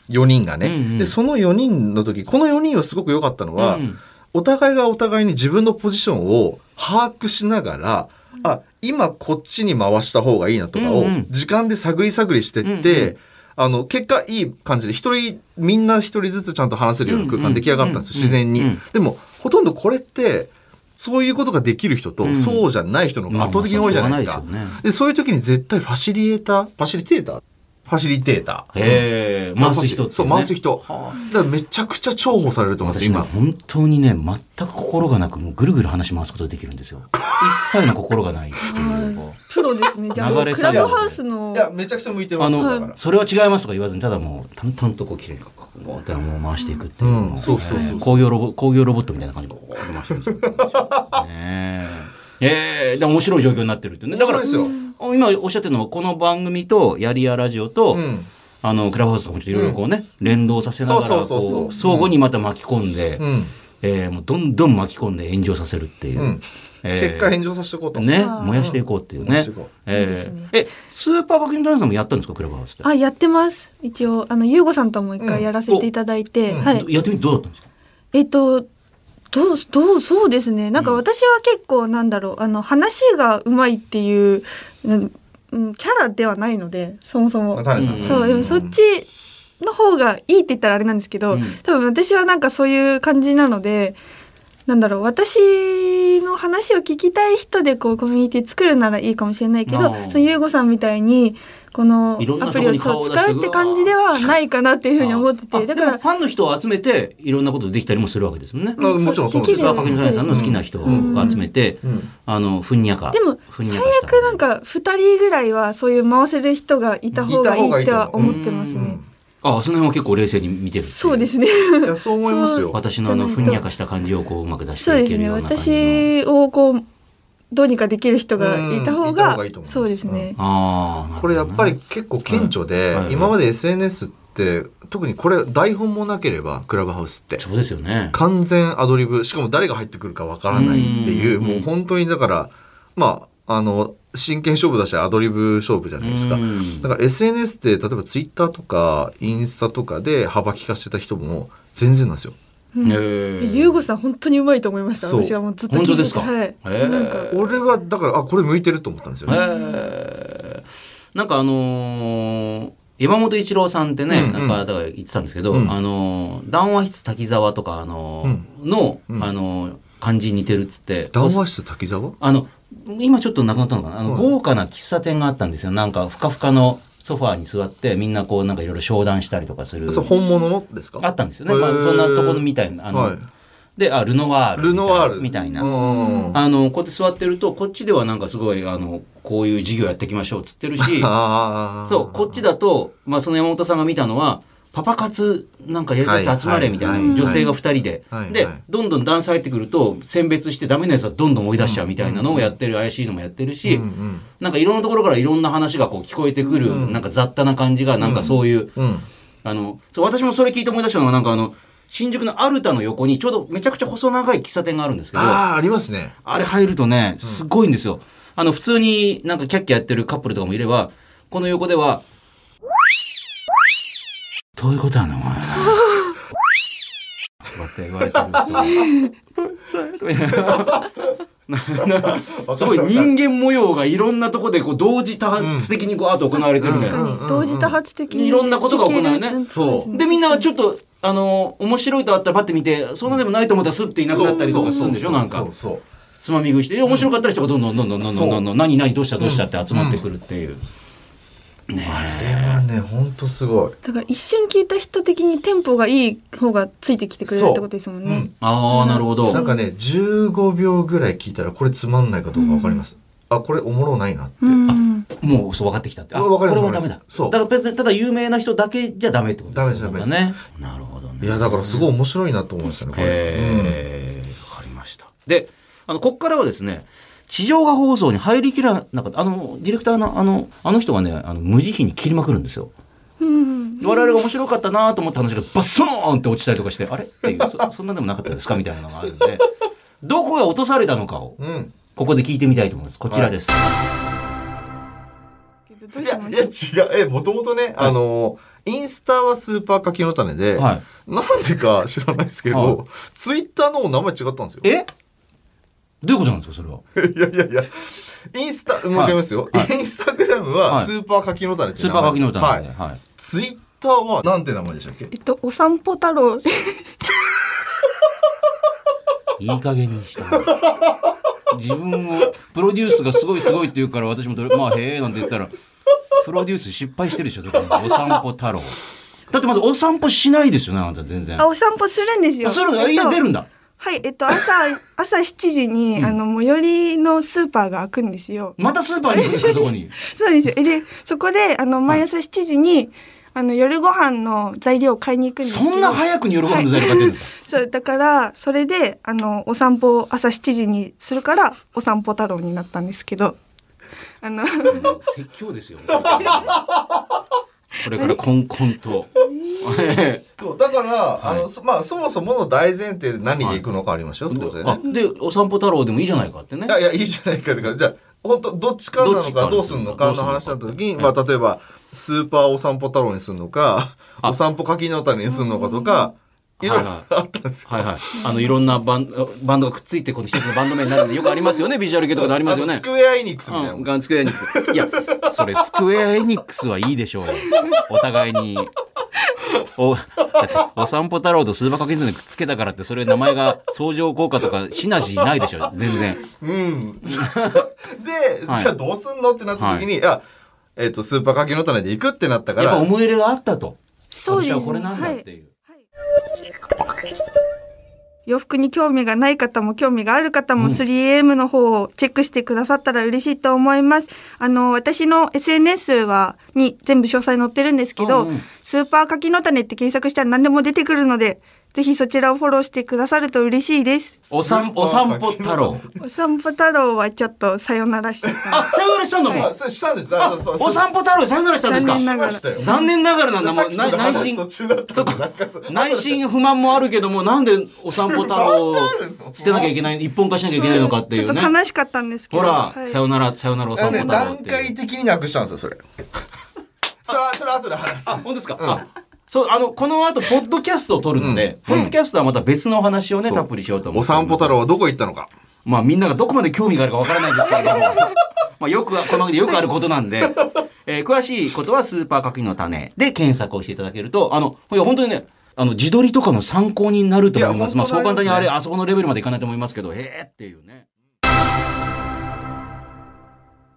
Speaker 2: 4人がね、
Speaker 1: うんうん
Speaker 2: でその4人の時この4人はすごく良かったのは、
Speaker 1: うん
Speaker 2: お互いがお互いに自分のポジションを把握しながら、あ今こっちに回した方がいいなとか
Speaker 1: う
Speaker 2: を
Speaker 1: んうん
Speaker 2: 時間で探り探りしてって、
Speaker 1: うんうん
Speaker 2: あの結果いい感じで一人みんな一人ずつちゃんと話せるような空間出来上がったんですよ、
Speaker 1: うんうん
Speaker 2: 自然に、
Speaker 1: うんうん
Speaker 2: でもほとんどこれってそういうことができる人と、
Speaker 1: うん
Speaker 2: そうじゃない人の方が圧倒的に多いじゃないです
Speaker 1: ま
Speaker 2: か。
Speaker 1: あまあしょうがないですよね
Speaker 2: でそういう時に絶対ファシリエーターファシリテーターファシリテーター。
Speaker 1: ええ回す人って、ね。
Speaker 2: そう回す人だからめちゃくちゃ重宝されると思うんです
Speaker 1: 私
Speaker 2: よ
Speaker 1: ね、
Speaker 2: 今
Speaker 1: 本当にね、全く心がなく、もうぐるぐる話し回すことできるん
Speaker 2: [laughs]
Speaker 1: ですよ。一切の心がないっていうこ
Speaker 3: プロですね。じゃあも
Speaker 1: 流
Speaker 3: う
Speaker 1: れ
Speaker 3: ク
Speaker 1: 作
Speaker 3: ラ
Speaker 1: 業
Speaker 3: ブハウスの
Speaker 2: いや、めちゃくちゃ向いて
Speaker 1: う。あ
Speaker 2: ますだか
Speaker 1: の
Speaker 2: ら、。
Speaker 1: それは違いますとか言わずに、ただもう、淡々とこう、綺麗に、こうこうってもう回していくっていう。
Speaker 2: うん
Speaker 1: も
Speaker 2: そうそうそう
Speaker 1: ね工業ロボ、工業ロボットみたいな感じで、こう回していくんですよ。ねえ。ええで、面白い状況になってるっていうね。だから、
Speaker 2: 面白いで
Speaker 1: 今おっしゃってるのは、この番組と、やりやラジオと、
Speaker 2: うん。
Speaker 1: あの、クラブハウスとかもちょっといろいろこうね、連動させなが
Speaker 2: そ
Speaker 1: ら、
Speaker 2: うそうそうそう
Speaker 1: こう、相互にまた巻き込んで、
Speaker 2: うん。
Speaker 1: えーもうどんどん巻き込んで炎上させるっていう、
Speaker 2: うん。
Speaker 1: えー
Speaker 2: 結果炎上させていこうと。
Speaker 1: ね
Speaker 3: あー
Speaker 1: 燃やしていこうっていう
Speaker 2: 燃
Speaker 1: ね
Speaker 2: やしていこう
Speaker 1: えー
Speaker 3: いいですね
Speaker 1: えスーパーバキンダンさんもやったんですかクラブハウスで、
Speaker 3: あ、やってます。一応、あの、ゆうごさんとも一回やらせていただいて、
Speaker 2: うんお
Speaker 3: はい。
Speaker 1: やってみてどうだったんですか
Speaker 3: えっと、どう、どう、そうですね。なんか私は結構、なんだろう、あの、話がうまいっていう、うん、うんキャラではないので、そもそも。
Speaker 2: タネさん。
Speaker 3: そう、でもそっちの方がいいって言ったらあれなんですけど、
Speaker 1: うん
Speaker 3: 多分私はなんかそういう感じなので、なんだろう、私の話を聞きたい人でこうコミュニティ作るならいいかもしれないけ
Speaker 1: あ
Speaker 3: ど、
Speaker 1: ー
Speaker 3: そのゆうごさんみたいに、この
Speaker 1: いろんな
Speaker 3: アプリを
Speaker 1: とこ
Speaker 3: そう
Speaker 1: に顔を出し
Speaker 3: 使
Speaker 1: て
Speaker 3: うって感じではないかなっていうふうに思って
Speaker 1: あ
Speaker 3: て、だか
Speaker 1: でも
Speaker 3: ら
Speaker 1: フ、ァンの人を集めていろんなことできたりもするわけですもんね
Speaker 2: あもちろんそうです
Speaker 1: スーパーバキンダンさんの好きな
Speaker 3: 人。
Speaker 1: 人を集めて、
Speaker 2: うん。
Speaker 1: あのふんにゃか
Speaker 3: でも、
Speaker 1: ふん
Speaker 3: 最
Speaker 1: にゃかした
Speaker 3: 悪なんか2人ぐらいはそういう回せる人がいた方がいいっては思ってます
Speaker 2: う
Speaker 3: ね
Speaker 2: ん。
Speaker 1: あその辺は結構冷静に見てるってい
Speaker 3: そうですね。
Speaker 2: いや、そう思いますよ。
Speaker 1: 私のあの
Speaker 3: じゃない
Speaker 1: ふ
Speaker 3: と
Speaker 1: んにゃかした感じをこううまく出し
Speaker 3: そう
Speaker 1: て
Speaker 3: で
Speaker 1: いけ
Speaker 3: す
Speaker 1: る
Speaker 3: ね。
Speaker 1: ような感じの、
Speaker 3: 私をこうどうにかできる人がいた方
Speaker 2: うんいた方が
Speaker 3: が
Speaker 2: いいと思います
Speaker 3: そうですね。
Speaker 1: ああ
Speaker 2: これやっぱり結構顕著で
Speaker 1: うん、
Speaker 2: 今まで SNS って、特にこれ台本もなければ、クラブハウスって。
Speaker 1: そうですよね
Speaker 2: 完全アドリブ、しかも誰が入ってくるかわからないっていう、
Speaker 1: うん
Speaker 2: もう本当にだから、まあ、あの、真剣勝負だし、アドリブ勝負じゃないですか
Speaker 1: う。ん
Speaker 2: だから SNS って例えばツイッターとかインスタとかで幅利かしてた人も全然なんですよ。
Speaker 3: うん
Speaker 1: えー
Speaker 3: ゆうごさん本当にうまいと思いました。
Speaker 2: そう
Speaker 3: 私はもうずっと
Speaker 1: 本
Speaker 3: 聞
Speaker 1: 当
Speaker 3: い
Speaker 1: で
Speaker 3: てて
Speaker 1: すか。
Speaker 3: はい。
Speaker 1: えー
Speaker 3: なんか
Speaker 2: 俺はだからあこれ向いてると思ったんですよね。
Speaker 1: えーなんかあのー山本一郎さんってね、
Speaker 2: うんうん
Speaker 1: なんかだから言ってたんですけど、
Speaker 2: うん
Speaker 1: あのー談話室滝沢とか、あのーの、
Speaker 2: うん
Speaker 1: あのー漢字に似てるっつって
Speaker 2: 談話室滝沢
Speaker 1: あの今ちょっとなくなったのかなあの、
Speaker 2: はい
Speaker 1: 豪華な喫茶店があったんですよなんかふかふかのソファーに座ってみんなこうなんかいろいろ商談したりとかする
Speaker 2: そう本物のですか
Speaker 1: あったんですよね、
Speaker 2: へー
Speaker 1: まあ、そんなところみたいなあの、
Speaker 2: はい
Speaker 1: であルノワール
Speaker 2: ルノワール
Speaker 1: みたいな、
Speaker 2: うんあ
Speaker 1: あのこうやって座ってるとこっちではなんかすごいあのこういう事業やっていきましょうっつってるし
Speaker 2: [laughs] あー
Speaker 1: そうこっちだと、まあ、その山本さんが見たのはパパ活なんかやりたいやつ集まれみたいな、
Speaker 2: はいはい
Speaker 1: 女性が2人で、
Speaker 2: はい
Speaker 1: で
Speaker 2: はい
Speaker 1: どんどん段差入ってくると選別してダメなやつはどんどん追い出しちゃうみたいなのをやってる、怪しいのもやってるし、
Speaker 2: うんうん
Speaker 1: なんかいろんなところからいろんな話がこう聞こえてくる、
Speaker 2: うん
Speaker 1: なんか雑多な感じがなんかそういう、
Speaker 2: うん
Speaker 1: あのそう私もそれ聞いて思い出したのがなんかあの新宿のアルタの横にちょうどめちゃくちゃ細長い喫茶店があるんですけど。
Speaker 2: ああありますね
Speaker 1: あれ入るとね、すごいんですよ。あの、普通になんかキャッキャやってるカップルとかもいれば、この横では、どういうことや
Speaker 2: [laughs]
Speaker 1: ねん、お前。とかって言われてる人がすごい人間模様がいろんなとこでこう同時多発的にこうアート行われてるみたい
Speaker 3: 確
Speaker 1: な。
Speaker 3: かに同時多発的に
Speaker 1: いろんなことが行われるね
Speaker 3: 聞けなんて
Speaker 2: そう
Speaker 3: です
Speaker 1: でみんなちょっとあの面白いとあったらパッて見てそんなでもないと思ったらスッていなくなったりとかするんでしょなんか
Speaker 2: そうそう
Speaker 1: つまみ食いして、え面白かったら人がどんどんどんどんどんどんどんどん何何どうしたどうしたって集まってくるっていう。ねえ。
Speaker 2: そうあれね本当すごい
Speaker 3: だから一瞬聞いた人的にテンポがいい方がついてきてくれるってことですもん
Speaker 2: う
Speaker 3: ね
Speaker 2: ん。
Speaker 1: ああ、なるほど。
Speaker 2: なんかね15秒ぐらい聞いたらこれつまんないかどうかわかります、あこれおもろないなって、
Speaker 3: うん。
Speaker 1: もうそう分かってきたって。あ、
Speaker 2: わ
Speaker 1: こ
Speaker 2: かり
Speaker 1: れ
Speaker 2: ます
Speaker 1: はダメだ
Speaker 2: わかり。ますそう
Speaker 1: だから別にただ有名な人だけじゃダメってことです
Speaker 2: ダメです
Speaker 1: ね。ね。なるほどね。
Speaker 2: いやだからすごい面白いなと思いましたねこれ、
Speaker 1: えー、わかりました。で、あの、こっからはですね、地上波放送に入りきらなかった、あの、ディレクターの、あの、あの人がね、あの無慈悲に切りまくるんですよ。
Speaker 3: うん。
Speaker 1: 我々が面白かったなと思った話がバッソーンって落ちたりとかして、あれっていう、そそんなでもなかったですかみたいなのがあるん [laughs] で、どこが落とされたのかを、
Speaker 2: うん、うん
Speaker 1: ここで聞いてみたいと思います。こちらです。
Speaker 3: どう
Speaker 2: い
Speaker 3: し
Speaker 2: や
Speaker 3: ま
Speaker 2: いや違
Speaker 3: す
Speaker 2: うえもともとね、あのインスタはスーパー柿の種で、
Speaker 1: はい
Speaker 2: なんでか知らないですけど、
Speaker 1: はい
Speaker 2: ツイッターの名前違ったんですよ
Speaker 1: えどういうことなんですかそれは。
Speaker 2: [laughs] いやいやいやインスタもう一回言いますよ、インスタグラムは
Speaker 1: はい
Speaker 2: スーパー柿の種って
Speaker 1: ス
Speaker 2: 名
Speaker 1: ー
Speaker 2: 前
Speaker 1: パーガキの歌なんで、
Speaker 2: はい、
Speaker 1: はい。
Speaker 2: ツイッターはなんて名前でしたっけ
Speaker 3: えっとお散歩
Speaker 1: [laughs]
Speaker 3: 太郎
Speaker 1: いい加減にしてもらう。自分を、プロデュースがすごいすごいって言うから、私もどれ、まあ、へえ、なんて言ったら、プロデュース失敗してるでしょ、だからお散歩太郎。だってまず、お散歩しないですよね、あなた全然。
Speaker 3: あお散歩するんですよ。
Speaker 1: あするのいや、
Speaker 3: えっと
Speaker 1: 出るんだ。
Speaker 3: はいえっと
Speaker 1: [laughs]
Speaker 3: 朝朝7時に、あの最寄りのスーパーが開くんですよ。
Speaker 1: またスーパーに行くんですか、そこに。
Speaker 3: そうですよ。えでそこであの毎朝7時に、あの夜ご飯の材料を買いに行くんですけど。
Speaker 1: そんな早くに喜ぶん材料買ってるんですか
Speaker 3: [laughs] そうだからそれであのお散歩を朝7時にするからお散歩太郎になったんですけどあ
Speaker 1: [laughs]
Speaker 3: の
Speaker 1: 説教ですよ。これからコンコンと。
Speaker 2: そうだから、
Speaker 1: い
Speaker 2: あのそまあそもそもの大前提で何で行くのかありましょう、当然ね
Speaker 1: あ、で、お散歩太郎でもいいじゃないかってね
Speaker 2: い。やいやいいじゃないかとかじゃあ本当どっちかなのかど
Speaker 1: ど
Speaker 2: う
Speaker 1: っ
Speaker 2: す
Speaker 1: ちか
Speaker 2: んのかの話だった時に、まあ、例えばスーパーお散歩太郎にするのか
Speaker 1: あ
Speaker 2: お散歩柿の種にするのかとかいろいろ
Speaker 1: は
Speaker 2: あ
Speaker 1: い
Speaker 2: ったんですよ。
Speaker 1: はいはい。あの、いろんなバンバンドがくっついて、この一つのバンド名になるんで、よくありますよね。ビジュアル系とかでありますよ
Speaker 2: あの
Speaker 1: ね
Speaker 2: ス。クエアエニックスみたいな
Speaker 1: う
Speaker 2: も
Speaker 1: ん、
Speaker 2: ん
Speaker 1: ガンスクエアエニックス。いや、それスクエアエニックスはいいでしょうよ。お互いに。お、だってお散歩太郎とスーパーカケンにくっつけたからって、それ名前が相乗効果とかシナジーないでしょ、全然。
Speaker 2: う
Speaker 1: [laughs]
Speaker 2: ん。で、
Speaker 1: はい
Speaker 2: じゃあどうすんのってなった時に、あえっとスーパー柿の種で行くってなったか
Speaker 1: やっぱ
Speaker 2: ら
Speaker 1: 思い入れがあったと。
Speaker 3: そうです
Speaker 1: 私はこれなんだって
Speaker 3: はい
Speaker 1: いう。
Speaker 3: 洋服に興味がない方も興味がある方も 3AM の方をチェックしてくださったら嬉しいと思います。あの私の SNS はに全部詳細載ってるんですけど、
Speaker 1: うんうん
Speaker 3: スーパー柿の種って検索したら何でも出てくるので、ぜひそちらをフォローしてくださると嬉しいです。
Speaker 1: お散お散歩太郎。
Speaker 3: お散歩太郎はちょっとさよならしてた。
Speaker 1: あ、さよならしたの
Speaker 2: ま
Speaker 1: も
Speaker 2: あ。それしたんです。だからそう
Speaker 1: お散歩太郎さよならしたんですか
Speaker 3: 残念な
Speaker 2: しましたよ。
Speaker 1: 残念ながらなんだ。
Speaker 2: さ
Speaker 1: も
Speaker 2: っ
Speaker 1: う
Speaker 2: き
Speaker 1: な
Speaker 2: その
Speaker 1: 内
Speaker 2: 話途
Speaker 1: 心、
Speaker 2: 中だったんですよなんかそう
Speaker 1: 内心不満もあるけども、なんでお散歩太郎を捨てなきゃいけない、一本化しなきゃいけないのかってい
Speaker 3: ち
Speaker 1: う
Speaker 3: ょっ
Speaker 1: ね
Speaker 3: と。悲しかったんですけ
Speaker 1: ほ
Speaker 3: ど。
Speaker 1: ら
Speaker 3: は、い
Speaker 1: さよなら、さよならお
Speaker 2: あの
Speaker 1: 散歩太
Speaker 2: ね
Speaker 1: 郎っ
Speaker 2: 段
Speaker 1: ていう
Speaker 2: 階。的になくしたんですよそれ。さあそれ後で話す
Speaker 1: あ。本当ですか、あそうあのこの後ポッドキャストを撮るので、ポッドキャストはまた別のお話をね
Speaker 2: そう
Speaker 1: たっぷりしようと思
Speaker 2: お
Speaker 1: っており
Speaker 2: 散
Speaker 1: ます
Speaker 2: 歩太郎はどこ行ったのか。
Speaker 1: まあみんながどこまで興味があるかわからないですけれどもまあよくはこのよくあることなんでえー詳しいことはスーパー柿の種で検索をしていただけると、あの、いや、本当にね、あの、自撮りとかの参考になると思います。
Speaker 2: い
Speaker 1: ま
Speaker 2: や
Speaker 1: あ、
Speaker 2: 本当
Speaker 1: そう簡単にあれ、
Speaker 2: なりますね
Speaker 1: あそこのレベルまでいかないと思いますけど、へえっていうね。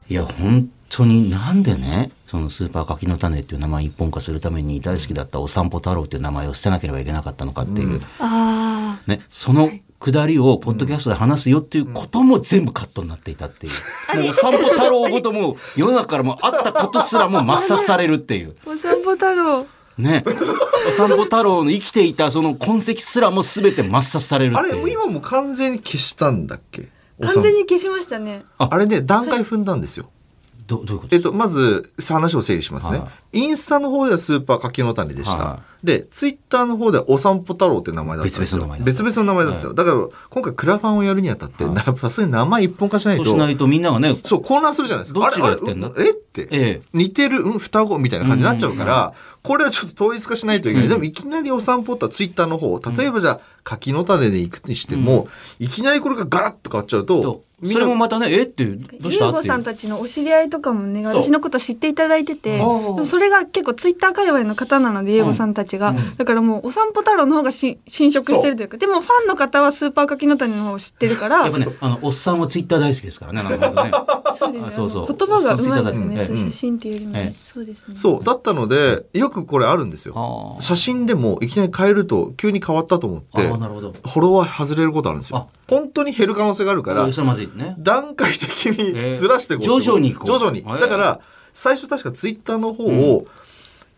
Speaker 1: いや、本当になんでね、そのスーパー柿の種っていう名前一本化するために大好きだったお散歩太郎っていう名前を捨てなければいけなかったのかっていう、
Speaker 3: あ
Speaker 1: ね、そのくだりをポッドキャストで話すよっていうことも全部カットになっていたっていう。もうお散歩太郎ごともう世の中からもうあったことすらもう抹殺されるっていう。
Speaker 3: あ、お散歩太郎。
Speaker 1: ね。お散歩太郎の生きていたその痕跡すらも全て抹殺される
Speaker 2: あ
Speaker 1: って
Speaker 2: れ、も
Speaker 1: い
Speaker 2: う
Speaker 1: う。
Speaker 2: 今もう完全に消したんだっけ
Speaker 3: 完全に消しましたね。
Speaker 2: お散歩あれね、段階踏んだんですよ。
Speaker 1: どどういうこと
Speaker 2: えっと、まず、話を整理しますね。
Speaker 1: は
Speaker 2: インスタの方ではスーパー柿の種でした。
Speaker 1: は
Speaker 2: で、ツイッターの方ではお散歩太郎って名前だったんですよ。
Speaker 1: 別々の名前だった
Speaker 2: 別々の名前なんですよ。だから、今回クラファンをやるにあたって、なさすがに名前一本化しない
Speaker 1: そう
Speaker 2: と、
Speaker 1: しないとみんながね、
Speaker 2: そう、混乱するじゃないですか。
Speaker 1: どっちが
Speaker 2: あれ
Speaker 1: やってんだ
Speaker 2: あれうえって。
Speaker 1: ええ
Speaker 2: 似てる、うん、双子みたいな感じになっちゃうから、これはちょっと統一化しないといけない。でも、いきなりお散歩ったツイッターの方、例えばじゃあ、柿の種で行くにしても、いきなりこれがガラッと変わっちゃうと
Speaker 1: と、
Speaker 2: み
Speaker 1: そ
Speaker 2: ん
Speaker 1: れ
Speaker 2: な
Speaker 1: もまたね、えっていう、どうし
Speaker 3: ゆ
Speaker 1: た
Speaker 3: う
Speaker 1: っ
Speaker 3: ご
Speaker 1: て
Speaker 3: さん
Speaker 1: いう。
Speaker 3: たちのお知り合いとかもね、
Speaker 2: そう
Speaker 3: 私のこと知っていただいてて、で
Speaker 1: おうおう
Speaker 3: もそれが結構ツイッター界隈の方なので、ゆうごさんたちが、だからもうお散歩太郎の方がし侵食してるというか、でもファンの方はスーパー柿の種の方を知ってるから、
Speaker 1: やっぱね、あの、おっさんはツイッター大好きですからね、なんかね。
Speaker 3: そうです
Speaker 1: [laughs]
Speaker 3: ね
Speaker 1: あそうそう
Speaker 3: あの言葉がうまいです
Speaker 1: おっ
Speaker 3: ね、
Speaker 1: さん
Speaker 3: そう
Speaker 1: と
Speaker 3: 写真っていうよりも
Speaker 1: ええ
Speaker 3: ね、そうですね。
Speaker 2: そう、だったので、よくこれあるんですよ。
Speaker 1: あー
Speaker 2: 写真でもいきなり変えると急に変わったと思っ
Speaker 1: あ
Speaker 2: て
Speaker 1: ー、なるほど。
Speaker 2: フォロワー外れることあるんですよ
Speaker 1: あ。
Speaker 2: 本当に減る可能性があるから
Speaker 1: お、それまずいね。
Speaker 2: 段階的にずらしていこう
Speaker 1: えー徐々にこう
Speaker 2: 徐々に。
Speaker 1: はい
Speaker 2: だから、最初確かツイッターの方を、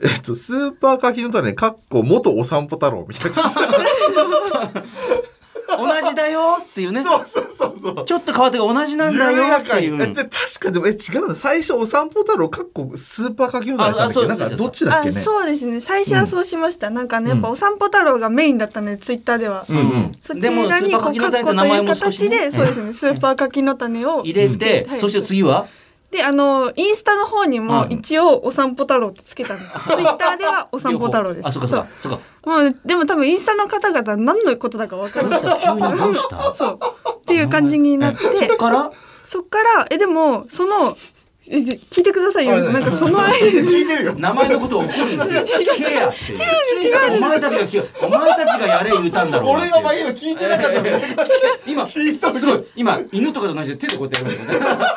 Speaker 2: えっと、スーパー柿の種、かっこ元お散歩太郎みたいな
Speaker 1: [laughs]
Speaker 2: 感じで。
Speaker 1: 同じだよっていうね。
Speaker 2: そうそうそうそう。
Speaker 1: ちょっと変わってが同じなんだ
Speaker 2: 緩
Speaker 1: よ
Speaker 2: や
Speaker 1: って
Speaker 2: かに。
Speaker 1: い
Speaker 2: えで
Speaker 1: う。
Speaker 2: 確かでも、え、違うの最初お散歩太郎、かっこスーパー柿の種したんだっけ
Speaker 1: ああそう
Speaker 2: な
Speaker 1: んです
Speaker 2: かどっちだっけね
Speaker 3: あ。そうですね最初はそうしました、なんかねやっぱ
Speaker 2: うん
Speaker 3: お散歩太郎がメインだったのでツイッターでは、
Speaker 2: うんうん。
Speaker 3: そち
Speaker 1: でも
Speaker 3: らにこう
Speaker 1: スーパー柿の種っ
Speaker 3: 書く
Speaker 1: て名前も
Speaker 3: こという形
Speaker 1: 少しね
Speaker 3: で、そうですねスーパー柿の種を
Speaker 1: 入れて、
Speaker 3: はい
Speaker 1: そして次は
Speaker 3: であのインスタの方にも
Speaker 1: うん
Speaker 3: 一応お散歩太郎ってつけたんですよ、ツイッターではお散歩太郎です
Speaker 1: あ、そっかそっか。そっか。
Speaker 3: そうもうでも多分インスタの方々何のことだか分か
Speaker 1: ど
Speaker 3: ら
Speaker 1: う
Speaker 3: な
Speaker 1: し [laughs]
Speaker 3: い
Speaker 1: た急にどうした
Speaker 3: そうっていう感じになって
Speaker 1: えそっから
Speaker 3: そっからえでもそのえ聞いてくださいよ
Speaker 2: はい
Speaker 3: なんかその間に
Speaker 2: 聞いてるよ。
Speaker 1: 名前のことを怒るんだよ。聞けやっていうお前たちが聞け。お前たちがやれ言うたんだろうなって
Speaker 2: 俺
Speaker 1: いう。
Speaker 2: が前今聞いてなかったのに
Speaker 1: 今、す
Speaker 2: 聞いたのに
Speaker 1: ごい。今、犬とかと同じで手でこうやってやるん
Speaker 3: [laughs]
Speaker 1: だよね。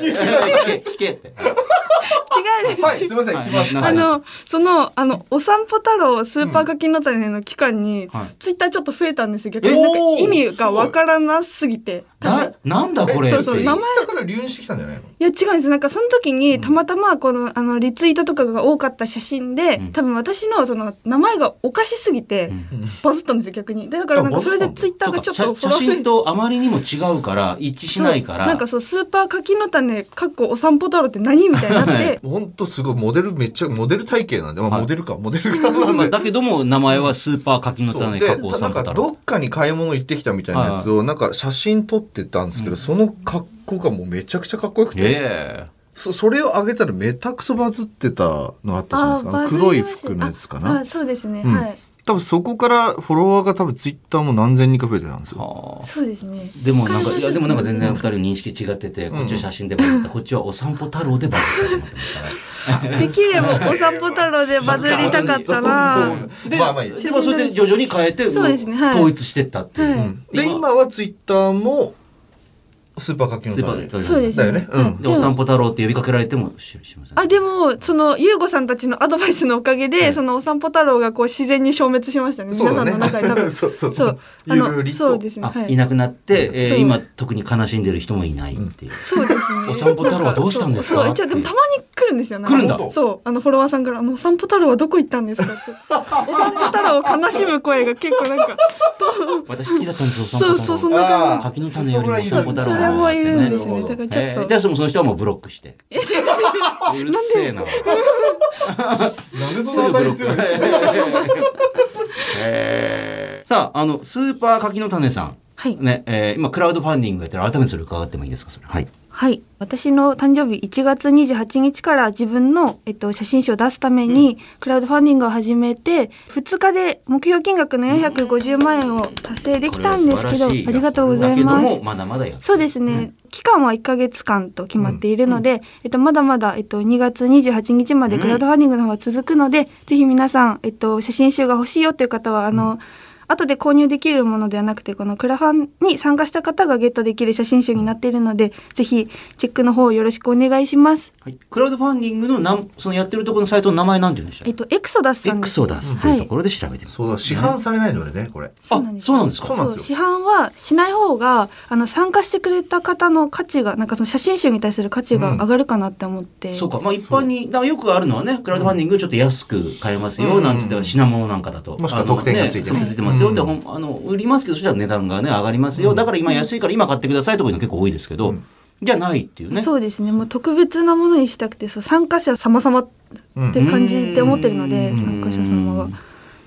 Speaker 1: 聞け、聞けって。
Speaker 3: 違う
Speaker 2: はい、すいません、
Speaker 1: はい
Speaker 2: 来ます。
Speaker 1: な
Speaker 3: あの、その、あの、お散歩太郎スーパー柿の種の期間に、
Speaker 1: はい
Speaker 3: ツイッターちょっと増えたんですよ。逆になんか
Speaker 2: おー
Speaker 3: 意味がわからなすぎて。
Speaker 1: な、なんだこれ。
Speaker 2: え
Speaker 3: そうそう
Speaker 1: ってい
Speaker 2: イン
Speaker 3: 名前
Speaker 2: スタから流入してきたんじゃないの
Speaker 3: いや、違うんです。なんかその時に、たまたま、この、あの、リツイートとかが多かった写真で、
Speaker 1: うん
Speaker 3: 多分私の、その、名前がおかしすぎて、
Speaker 1: うん
Speaker 3: バズったんですよ、逆に。で、だからなんかそれ
Speaker 2: あ
Speaker 3: で
Speaker 2: バズったんだ
Speaker 3: ツイッター
Speaker 1: そ
Speaker 3: がちょっと
Speaker 1: うか写写真とあまりにも違うから、一致しないから。
Speaker 3: そうなんかそう、スーパー柿の種、かっこお散歩太郎って何みたいになっ
Speaker 1: は
Speaker 3: て、
Speaker 2: 本当すごいモデルめっちゃモデル体型なんで、まあ
Speaker 1: はい
Speaker 2: モデルかモデルかなん
Speaker 1: まあ、
Speaker 2: で。
Speaker 1: だけども名前はスーパー柿の
Speaker 2: そう
Speaker 1: 種
Speaker 2: で
Speaker 1: 過去を
Speaker 2: な
Speaker 1: さ
Speaker 2: ん
Speaker 1: んだ
Speaker 2: か
Speaker 1: ろ
Speaker 2: どっかに買い物行ってきたみたいなやつをなんか写真撮ってたんですけど、その格好がもうめちゃくちゃかっこよくて、
Speaker 1: え
Speaker 2: そそれを上げたらめたくそバズってたのあったじゃないですかあの
Speaker 3: ズ
Speaker 2: 黒い
Speaker 3: りました
Speaker 2: 服のやつか
Speaker 3: あ
Speaker 2: な
Speaker 3: あ、そうですね。
Speaker 2: うん
Speaker 3: はい。
Speaker 2: 多分そこからフォロワーが多分ツイッターも何千人か増えてたんです
Speaker 1: え
Speaker 2: よ
Speaker 3: そうですね。
Speaker 1: でもなんかいやでもなんか全然
Speaker 3: わ
Speaker 1: 二
Speaker 3: か
Speaker 1: 人の認識違ってて、
Speaker 2: う
Speaker 1: こ
Speaker 2: ん
Speaker 1: っちは写真でバズっ
Speaker 3: [laughs]
Speaker 1: たこっちはお散歩太郎でバズったと思ってましたね
Speaker 3: りますできればお散歩太郎でバズりたかったな。
Speaker 1: で,、
Speaker 2: まあまあいい
Speaker 1: でもそれで徐々に変えて
Speaker 3: そうですねはい
Speaker 1: 統一してったっていう、
Speaker 3: はい
Speaker 2: うんで今はツイッターもスーパー柿の
Speaker 1: スーパ
Speaker 2: 種
Speaker 1: ー
Speaker 3: そうです
Speaker 2: だよね、うん、
Speaker 1: でお散歩太郎って呼びかけられてもししません
Speaker 3: あでもその優吾さんたちのアドバイスのおかげで、
Speaker 1: はい
Speaker 3: そのお散歩太郎がこう自然に消滅しましたね。
Speaker 2: そ
Speaker 3: 皆
Speaker 2: う
Speaker 3: さ
Speaker 2: だ
Speaker 3: んの中で多
Speaker 2: ね [laughs]
Speaker 3: 分。
Speaker 2: そうそう
Speaker 1: [laughs]
Speaker 3: そうあ
Speaker 2: ゆるり
Speaker 3: の
Speaker 2: と
Speaker 3: そうですね。
Speaker 1: あ
Speaker 3: はいい。
Speaker 1: なくなって、えー
Speaker 3: そう
Speaker 1: 今特に悲しんでる人もいないっていう、
Speaker 3: そうですね。
Speaker 1: お散歩太郎はどうしたんですか
Speaker 3: そうそう一応でもたまに来るんですよ。な
Speaker 1: 来るんだ
Speaker 3: かそうあのフォロワーさんからあのお散歩太郎はどこ行ったんですか。ちょっとお散歩太郎を悲しむ声が結構なん
Speaker 1: [laughs]
Speaker 3: か
Speaker 1: 私好きだったんですお散歩
Speaker 3: そう
Speaker 1: 太郎
Speaker 3: そうそんな感じ。
Speaker 1: 柿の種よりもお散歩太郎の
Speaker 3: それ
Speaker 1: 方が
Speaker 3: も
Speaker 1: って
Speaker 3: い
Speaker 1: ね
Speaker 3: るんです
Speaker 2: なる
Speaker 3: ね。
Speaker 2: ほど
Speaker 3: だからちょ
Speaker 1: え
Speaker 3: っ
Speaker 1: ー、
Speaker 3: と。
Speaker 1: でもその人はもうブロックして。
Speaker 3: いや違う
Speaker 1: うるせえな。
Speaker 2: なんでそんな当たり強いんですか
Speaker 1: えー [laughs] さあ、あの、スーパー柿の種さん。
Speaker 3: はい。
Speaker 1: ね、えー今、クラウドファンディングやってる改めてそれ伺ってもいいですか、それ。はい。
Speaker 3: はい私の誕生日1月28日から自分の、えっと、写真集を出すためにクラウドファンディングを始めて2日で目標金額の450万円を達成できたんですけどありがとうございます。
Speaker 1: まだまだや
Speaker 3: そうですね、期間は1ヶ月間と決まっているので、えっと、まだまだ、えっと、2月28日までクラウドファンディングの方は続くので、ぜひ皆さん、えっと、写真集が欲しいよという方はあの、後で購入できるものではなくてこのクラファンに参加した方がゲットできる写真集になっているのでぜひチェックの方よろしくお願いします。
Speaker 1: はい、クラウドファンディングのなんそのやってるところのサイトの名前なんて言うんでした
Speaker 3: えっと、エクソダスさん
Speaker 1: エクソダスというところで調べてみる、
Speaker 2: そうだ、市販されないのでね、これ。
Speaker 1: あそうなんですか
Speaker 2: そうなんですよ
Speaker 3: 市販はしない方があの参加してくれた方の価値がなんかその写真集に対する価値が上がるかなって思って、
Speaker 1: そうかまあ一般にだからよくあるのはねクラウドファンディングちょっと安く買えますよ
Speaker 2: うん
Speaker 1: なんつって品物なんかだと
Speaker 2: もしくは特典がついて
Speaker 1: る、特
Speaker 2: る
Speaker 1: 典ついてますよ、
Speaker 2: うん
Speaker 1: でほんあの売りますけどそしたら値段がね上がりますよ、だから今安いから今買ってくださいとかいうの結構多いですけど、
Speaker 2: うん
Speaker 1: じゃないっていうね
Speaker 3: そうですねもう特別なものにしたくてそう参加者様々っ
Speaker 2: うん
Speaker 3: て感じで思ってるので
Speaker 1: うん
Speaker 3: 参加者様
Speaker 1: う
Speaker 3: が
Speaker 1: ん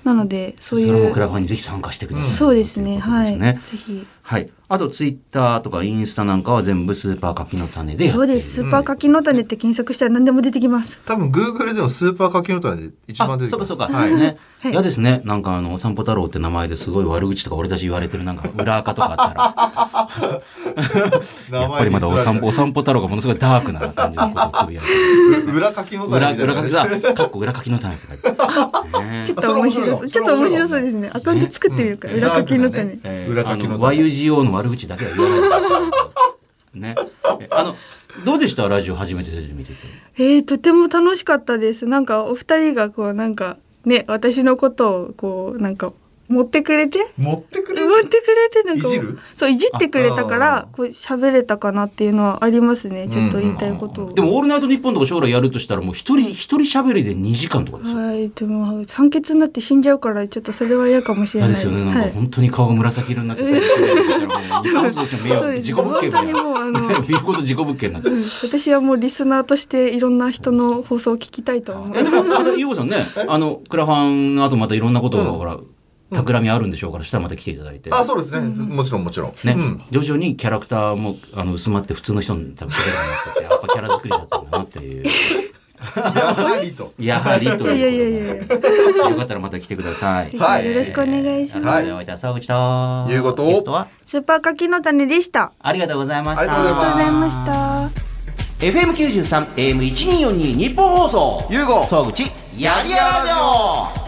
Speaker 3: なのでそう
Speaker 1: それ
Speaker 3: い
Speaker 1: もクラ
Speaker 3: う
Speaker 1: ファンにぜひ参加してください、
Speaker 3: そうです
Speaker 1: と
Speaker 3: ね
Speaker 1: うこと
Speaker 3: は
Speaker 1: で
Speaker 3: い
Speaker 1: すね
Speaker 3: ぜひ
Speaker 1: はい。あと、ツイッターとかインスタなんかは全部スーパー柿の種でやって
Speaker 3: そ
Speaker 1: る
Speaker 3: うですスーパー柿の種って検索したら何でも出てきます
Speaker 2: 多分、Google でもスーパー柿の種で一番出てきます。
Speaker 1: あそうかそうか。
Speaker 2: はい。
Speaker 1: ね。
Speaker 3: はい
Speaker 1: 嫌ですね。なんかあの、お散歩太郎って名前ですごい悪口とか俺たち言われてるなんか裏垢とかあっ
Speaker 2: 名
Speaker 1: たら、やっぱりまだお散歩、お散歩太郎がものすごいダークな感じのことをつぶやいてる。
Speaker 2: [laughs] 裏柿の
Speaker 1: 裏、
Speaker 2: 種みたい
Speaker 1: 裏
Speaker 2: な
Speaker 1: 書
Speaker 2: 感
Speaker 1: き
Speaker 2: じで
Speaker 1: だ。かっこ裏書きの種って書いてある。ね
Speaker 3: ちょっと面白そうちょっと面白そうですねアカウント作ってみようか
Speaker 2: うん
Speaker 3: 裏柿の種
Speaker 2: ダーク
Speaker 1: えー
Speaker 2: 裏書きの
Speaker 1: あ YUGO の悪口だけは言わないでください。ね。えあの、どうでしたラジオ初めて出てみてて。
Speaker 3: えー、とても楽しかったですなんかお二人がこうなんかね私のことをこうなんか持ってくれて
Speaker 2: [laughs] 持ってく
Speaker 3: 持
Speaker 2: れる
Speaker 3: ってくれてなんか
Speaker 2: いじる
Speaker 3: そういじってくれたか
Speaker 2: ああ
Speaker 3: ら
Speaker 2: ー
Speaker 3: こう喋れたかなっていうのはありますねちょっと言いたいことを、
Speaker 1: でも「オールナイトニッポン」とか将来やるとしたらもう一人一人喋りで2時間とかですよ。
Speaker 3: はいでも酸欠になって死んじゃうからちょっとそれは嫌かもしれ
Speaker 1: 嫌
Speaker 3: な
Speaker 1: で
Speaker 3: いです
Speaker 1: すよね、
Speaker 3: は
Speaker 1: なんか
Speaker 3: い
Speaker 1: 本当に顔が紫色になってさ、二回もそうですよ迷惑
Speaker 3: そうです
Speaker 1: 自己物件
Speaker 3: 本当にもうあ
Speaker 1: みたいな。
Speaker 3: の
Speaker 1: 見事自己物件になって
Speaker 3: う
Speaker 1: る。
Speaker 3: ん [laughs] 私はもうリスナーとしていろんな人の放送を聞きたいと思う
Speaker 1: えでもまた優子さんね、あのクラファンの後またいろんなことがほら企みあるんでしょうから、したらまた来ていただいて。
Speaker 2: あ、そうですね。もちろんもちろん。
Speaker 1: ね
Speaker 2: うん、
Speaker 1: 徐々にキャラクターもあの薄まって普通の人に多分キャラになってて、やっぱキャラ作りだったんだなって
Speaker 2: [laughs]
Speaker 1: いう。
Speaker 2: やはりと。
Speaker 1: やはりということで。
Speaker 3: いやいやいやい
Speaker 1: よかったらまた来てください。
Speaker 3: ぜ
Speaker 2: はい
Speaker 3: ひよろしくお願いします、
Speaker 2: はい
Speaker 1: お相手は沢口と。
Speaker 2: ゆうこと
Speaker 1: ゲストは
Speaker 3: スーパー柿の種でした
Speaker 1: ありがとうございました。
Speaker 2: ありがとうござい
Speaker 3: ありがとう
Speaker 2: ま
Speaker 3: ございました。
Speaker 1: FM 九十三 AM 一二四二日本放送。
Speaker 2: ゆうご
Speaker 1: 沢口やりやろうよ。